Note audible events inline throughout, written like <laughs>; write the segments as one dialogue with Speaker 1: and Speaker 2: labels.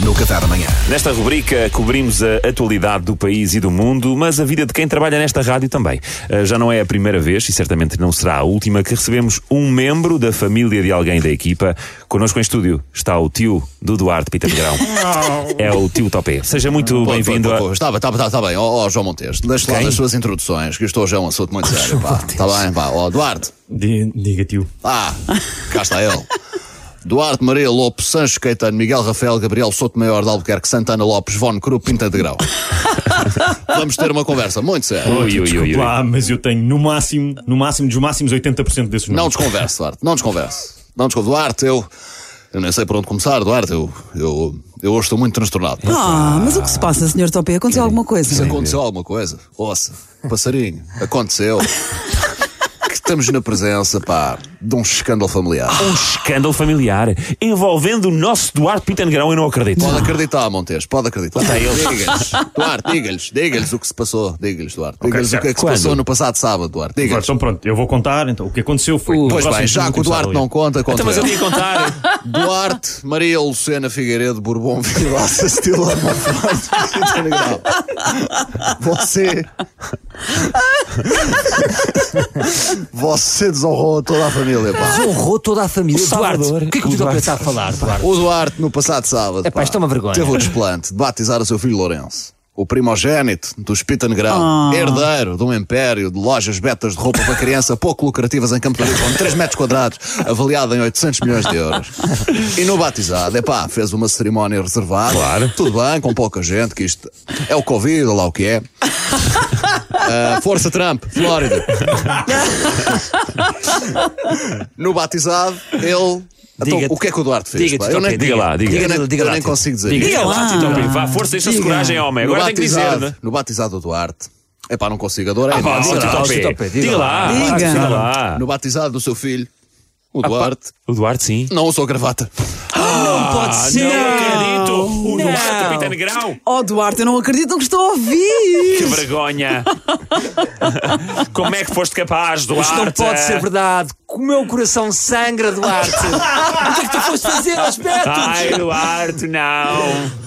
Speaker 1: no Café da Manhã.
Speaker 2: Nesta rubrica cobrimos a atualidade do país e do mundo, mas a vida de quem trabalha nesta rádio também. Ah, Já não é a primeira vez, e certamente não será a última, que recebemos um membro da família de alguém da equipa. Connosco em estúdio está o tio do Duarte Pita Negrão. é o tio Topé. Seja muito bem-vindo.
Speaker 3: Pô,
Speaker 2: a-
Speaker 3: pô, pô, Está, está, está, está Tá bem, ó ó, João Montes, deixa lá
Speaker 2: Quem?
Speaker 3: das suas introduções, que isto hoje é um assunto
Speaker 2: <laughs>
Speaker 3: muito sério. Pá. Está bem, pá. Ó, Duarte,
Speaker 4: Di- Diga, tio.
Speaker 3: ah, cá está
Speaker 2: <laughs>
Speaker 3: ele. Duarte Maria Lopes, Sancho Caetano, Miguel Rafael, Gabriel Souto Maior de Albuquerque, Santana Lopes, Von Cru, Pinta de
Speaker 2: <laughs>
Speaker 3: Grau. Vamos ter uma conversa muito séria.
Speaker 2: Ui, ui, ui,
Speaker 4: Desculpa
Speaker 2: ui.
Speaker 4: lá, mas eu tenho no máximo, no máximo dos máximos 80% desses
Speaker 3: Não
Speaker 4: números.
Speaker 3: desconverse, Duarte, não desconverse. Não desconverse. Duarte, eu. Eu nem sei por onde começar, Duarte, eu. Eu, eu hoje estou muito transtornado.
Speaker 5: Ah, mas o que se passa, Sr. Topé? Aconteceu alguma
Speaker 3: Se
Speaker 5: coisa?
Speaker 3: aconteceu alguma coisa, ouça, passarinho, aconteceu. que estamos na presença, pá, de um escândalo familiar.
Speaker 2: Um escândalo familiar envolvendo o nosso Duarte Pita Negrão, eu não acredito.
Speaker 3: Pode acreditar, Montes, pode acreditar.
Speaker 2: Lá está ele.
Speaker 3: Diga-lhes, Duarte, diga-lhes, diga-lhes o que se passou, diga-lhes, Duarte. Diga-lhes o que é que se
Speaker 2: certo.
Speaker 3: passou
Speaker 2: Quando?
Speaker 3: no passado sábado, Duarte.
Speaker 4: Agora,
Speaker 3: Diga-lhes.
Speaker 4: então pronto, eu vou contar. Então, o que aconteceu foi. No
Speaker 3: Pois bem,
Speaker 4: próximo
Speaker 3: já
Speaker 4: segundo
Speaker 3: que o Duarte
Speaker 4: começava
Speaker 3: não
Speaker 4: ali.
Speaker 3: conta, conta.
Speaker 2: Então, mas eu
Speaker 3: ele.
Speaker 2: ia contar.
Speaker 3: Duarte, Maria Luciana Figueiredo, Bourbon Vilaça, Estilo Armafonte, Vitor Negrão.
Speaker 2: <laughs>
Speaker 3: Você. Você desonrou toda a família, pá.
Speaker 6: Desonrou toda a <laughs> família. Duarte,
Speaker 7: Salvador.
Speaker 6: o que é que o teu Duarte está a falar? pá?
Speaker 3: O Duarte, no passado sábado,
Speaker 6: Epá, isto é uma vergonha.
Speaker 3: teve o desplante de batizar o seu filho Lourenço. O primogênito do Espita Negrão,
Speaker 6: Ah.
Speaker 3: herdeiro de um império de lojas betas de roupa para criança pouco lucrativas em Campo de Rio, com 3 metros quadrados, avaliado em 800 milhões de euros. E no batizado, epá, fez uma cerimónia reservada.
Speaker 2: Claro.
Speaker 3: Tudo bem, com pouca gente, que isto é o Covid, ou lá o que é. Ah, força Trump,
Speaker 6: <laughs>
Speaker 3: Flórida. no batizado, ele. Então,
Speaker 6: Diga-te.
Speaker 3: o que é que o Duarte fez?
Speaker 6: Diga-te,
Speaker 3: pá?
Speaker 6: Topé,
Speaker 3: nem-
Speaker 2: diga lá, diga.
Speaker 3: eu nem-
Speaker 6: Diga- diga
Speaker 3: eu
Speaker 6: lá,
Speaker 3: nem
Speaker 6: Tito.
Speaker 3: consigo dizer.
Speaker 2: Diga,
Speaker 3: isto.
Speaker 2: diga lá,
Speaker 6: lá.
Speaker 2: tio Topé. Vá, força, deixa-se
Speaker 6: Diga.
Speaker 2: coragem, homem.
Speaker 3: No
Speaker 2: Agora tem que dizer,
Speaker 3: batizado,
Speaker 2: né?
Speaker 3: no batizado do Duarte. É pá, não consigo adorar.
Speaker 2: Ah, pá,
Speaker 6: Diga
Speaker 2: ó,
Speaker 6: lá,
Speaker 2: tio
Speaker 6: ó,
Speaker 2: Topé.
Speaker 6: tio Topé, diga
Speaker 2: Diga lá,
Speaker 6: lá.
Speaker 2: pá,
Speaker 5: Diga.
Speaker 2: diga lá.
Speaker 3: No batizado do seu filho, o
Speaker 2: pá.
Speaker 3: Duarte,
Speaker 2: O Duarte, sim.
Speaker 3: não usou gravata.
Speaker 6: Não pode ser.
Speaker 2: Ah, Não acredito! O
Speaker 6: Não.
Speaker 2: Duarte Pita Negrão!
Speaker 5: Oh, Duarte, eu não acredito no que estou a ouvir.
Speaker 2: <laughs> Que vergonha! Como é que foste capaz, Duarte?
Speaker 6: Isto não pode ser verdade. O meu coração sangra, Duarte. o que é que tu foste fazer aos
Speaker 2: <laughs> Ai,
Speaker 6: Betos?
Speaker 2: Duarte, não!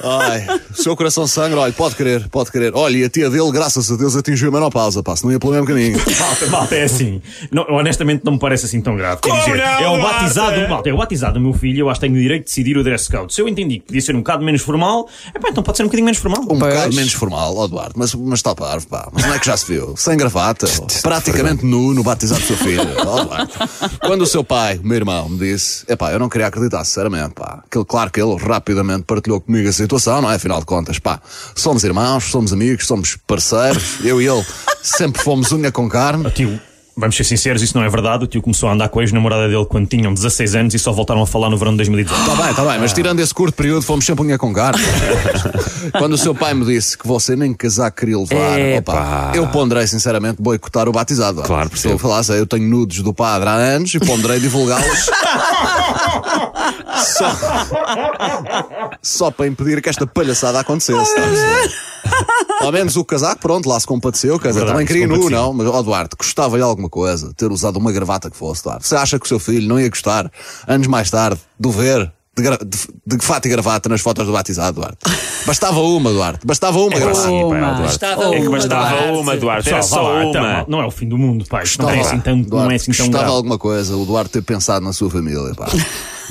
Speaker 3: Ai, o <laughs> seu coração sangra, olha, pode querer, pode querer. Olha, e a tia dele, graças a Deus, atingiu a menopausa, pá, se não ia pelo mesmo caminho.
Speaker 4: Malta, malta, é assim. Não, honestamente, não me parece assim tão grave. Quer
Speaker 2: Como
Speaker 4: dizer,
Speaker 2: não,
Speaker 4: é o
Speaker 2: Duarte?
Speaker 4: batizado, malta, é o batizado do meu filho. Eu acho que tenho o direito de decidir o dress code. Se eu entendi que podia ser um bocado menos formal, é pá, então pode ser um bocadinho menos formal.
Speaker 3: Um bocado menos formal, ó Duarte, mas, mas está parvo, pá. Mas não é que já se viu? Sem gravata, ó, praticamente nu no batizado do seu filho, ó Duarte. Quando o seu pai, o meu irmão, me disse, é pá, eu não queria acreditar, sinceramente, pá. Aquele, claro que ele rapidamente partilhou comigo a situação, não é? Afinal de contas, pá, somos irmãos, somos amigos, somos parceiros, eu e ele sempre fomos unha com carne.
Speaker 4: Ah, Tio, vamos ser sinceros, isso não é verdade. O tio começou a andar com a ex-namorada dele quando tinham 16 anos e só voltaram a falar no verão de 2018.
Speaker 3: Está Tá bem, está bem, mas tirando esse curto período, fomos sempre unha com carne. Quando o seu pai me disse que você nem casaco queria levar,
Speaker 2: Epá.
Speaker 3: opa, eu ponderei sinceramente boicotar o batizado.
Speaker 2: Claro,
Speaker 3: se
Speaker 2: percebo.
Speaker 3: eu falasse, eu tenho nudes do padre há anos e ponderei divulgá-los. só, só para impedir que esta palhaçada acontecesse. está a perceber? Ao menos o casaco, pronto, lá se compadeceu. Quer dizer,
Speaker 4: Verdade,
Speaker 3: também queria
Speaker 4: se
Speaker 3: nu,
Speaker 4: compadeceu.
Speaker 3: não? Mas, ó Duarte, custava-lhe alguma coisa ter usado uma gravata que fosse, Duarte. Você acha que o seu filho não ia gostar, anos mais tarde, do ver de, gra- de- de fato e gravata nas fotos do batizado, Duarte? Bastava uma, Duarte. Bastava
Speaker 4: É um
Speaker 3: uma gravata.
Speaker 2: Sim, pá,
Speaker 5: Uma.
Speaker 2: Duarte.
Speaker 6: Bastava
Speaker 2: é que
Speaker 6: uma,
Speaker 2: bastava
Speaker 6: Duarte.
Speaker 2: uma, Duarte. Era
Speaker 4: Pessoal, vá
Speaker 2: só
Speaker 4: lá, então,
Speaker 2: uma.
Speaker 4: mal- não é o fim do mundo, pá. Isto não é
Speaker 3: Gostava-
Speaker 4: assim tão, não é assim tão
Speaker 3: gostava
Speaker 4: grave.
Speaker 3: alguma coisa, o Duarte ter pensado na sua família, pá.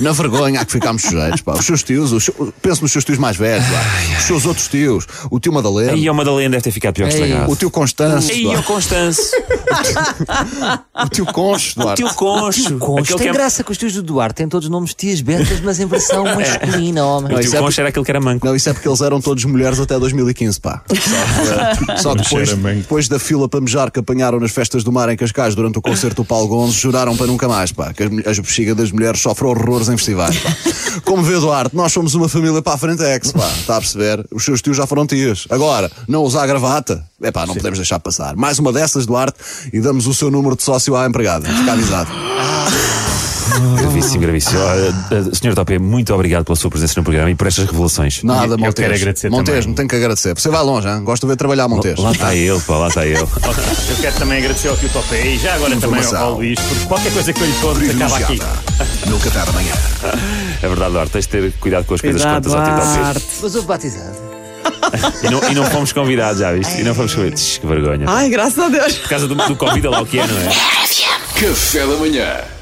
Speaker 3: Na vergonha há que ficámos sujeitos, pá. Os seus tios, os, penso nos seus tios mais velhos, pá. Os seus outros tios, o tio Madalena,
Speaker 2: Aí a Madalena deve ter ficado pior que
Speaker 6: Ei,
Speaker 2: estragado.
Speaker 3: o tio Constâncio,
Speaker 2: Aí o
Speaker 3: Duarte,
Speaker 2: Constance,
Speaker 3: o tio Concho,
Speaker 2: o
Speaker 3: Duarte.
Speaker 2: Ah, tio Concho,
Speaker 6: Concho,
Speaker 2: aquele
Speaker 6: tem
Speaker 2: que é-
Speaker 6: graça que os tios do Duarte têm todos nomes de tias bentas, mas em
Speaker 2: <laughs>
Speaker 6: versão masculina, homem.
Speaker 2: O
Speaker 3: isso é
Speaker 2: tio Concho era aquele que era manco.
Speaker 3: Não, isso é porque eles eram todos mulheres até 2015, pá. Só, eh, Só depois, depois da fila para mejar que apanharam nas festas do mar em Cascais durante o concerto do Paulo Gonzo, juraram para nunca mais, pá, que as, mulher- as bexigas das mulheres sofrem horrores em festivais, pá. Como vê, Duarte, nós somos uma família para a frente ex, pá. Está a perceber? Os seus tios já foram tios. Agora, não usar gravata, é pá, não podemos deixar passar. Mais uma dessas, Duarte, e damos o seu número de sócio à empregada. Fica avisado.
Speaker 2: Gravíssimo, gravíssimo. Oh, Senhor Topé, muito obrigado pela sua presença no programa e por estas revelações.
Speaker 3: Nada,
Speaker 4: Eu
Speaker 3: Montes.
Speaker 4: quero agradecer
Speaker 3: Montes,
Speaker 4: também.
Speaker 3: não tenho que agradecer. Você vai longe, hein? gosto de ver trabalhar Montes.
Speaker 2: Lá está ele, pá, lá está
Speaker 4: <laughs>
Speaker 2: ele.
Speaker 4: Eu quero também agradecer ao Tio Topé e já agora também ao
Speaker 1: Informação.
Speaker 4: Paulo Luís, porque qualquer coisa que eu lhe conte acaba aqui.
Speaker 1: Privilegiada no Café da Manhã.
Speaker 2: É verdade, Duarte, tens de ter cuidado com as coisas
Speaker 5: Cuidado,
Speaker 2: quantas ao Tio Topé.
Speaker 5: Duarte.
Speaker 6: Mas houve batizado.
Speaker 2: E não, e não fomos convidados, já viste? E não fomos convidados. Tch, Que vergonha.
Speaker 5: Ai, graças a Deus.
Speaker 2: Por causa do, do Covid, é lá o que é, não é?
Speaker 1: Café da Manhã.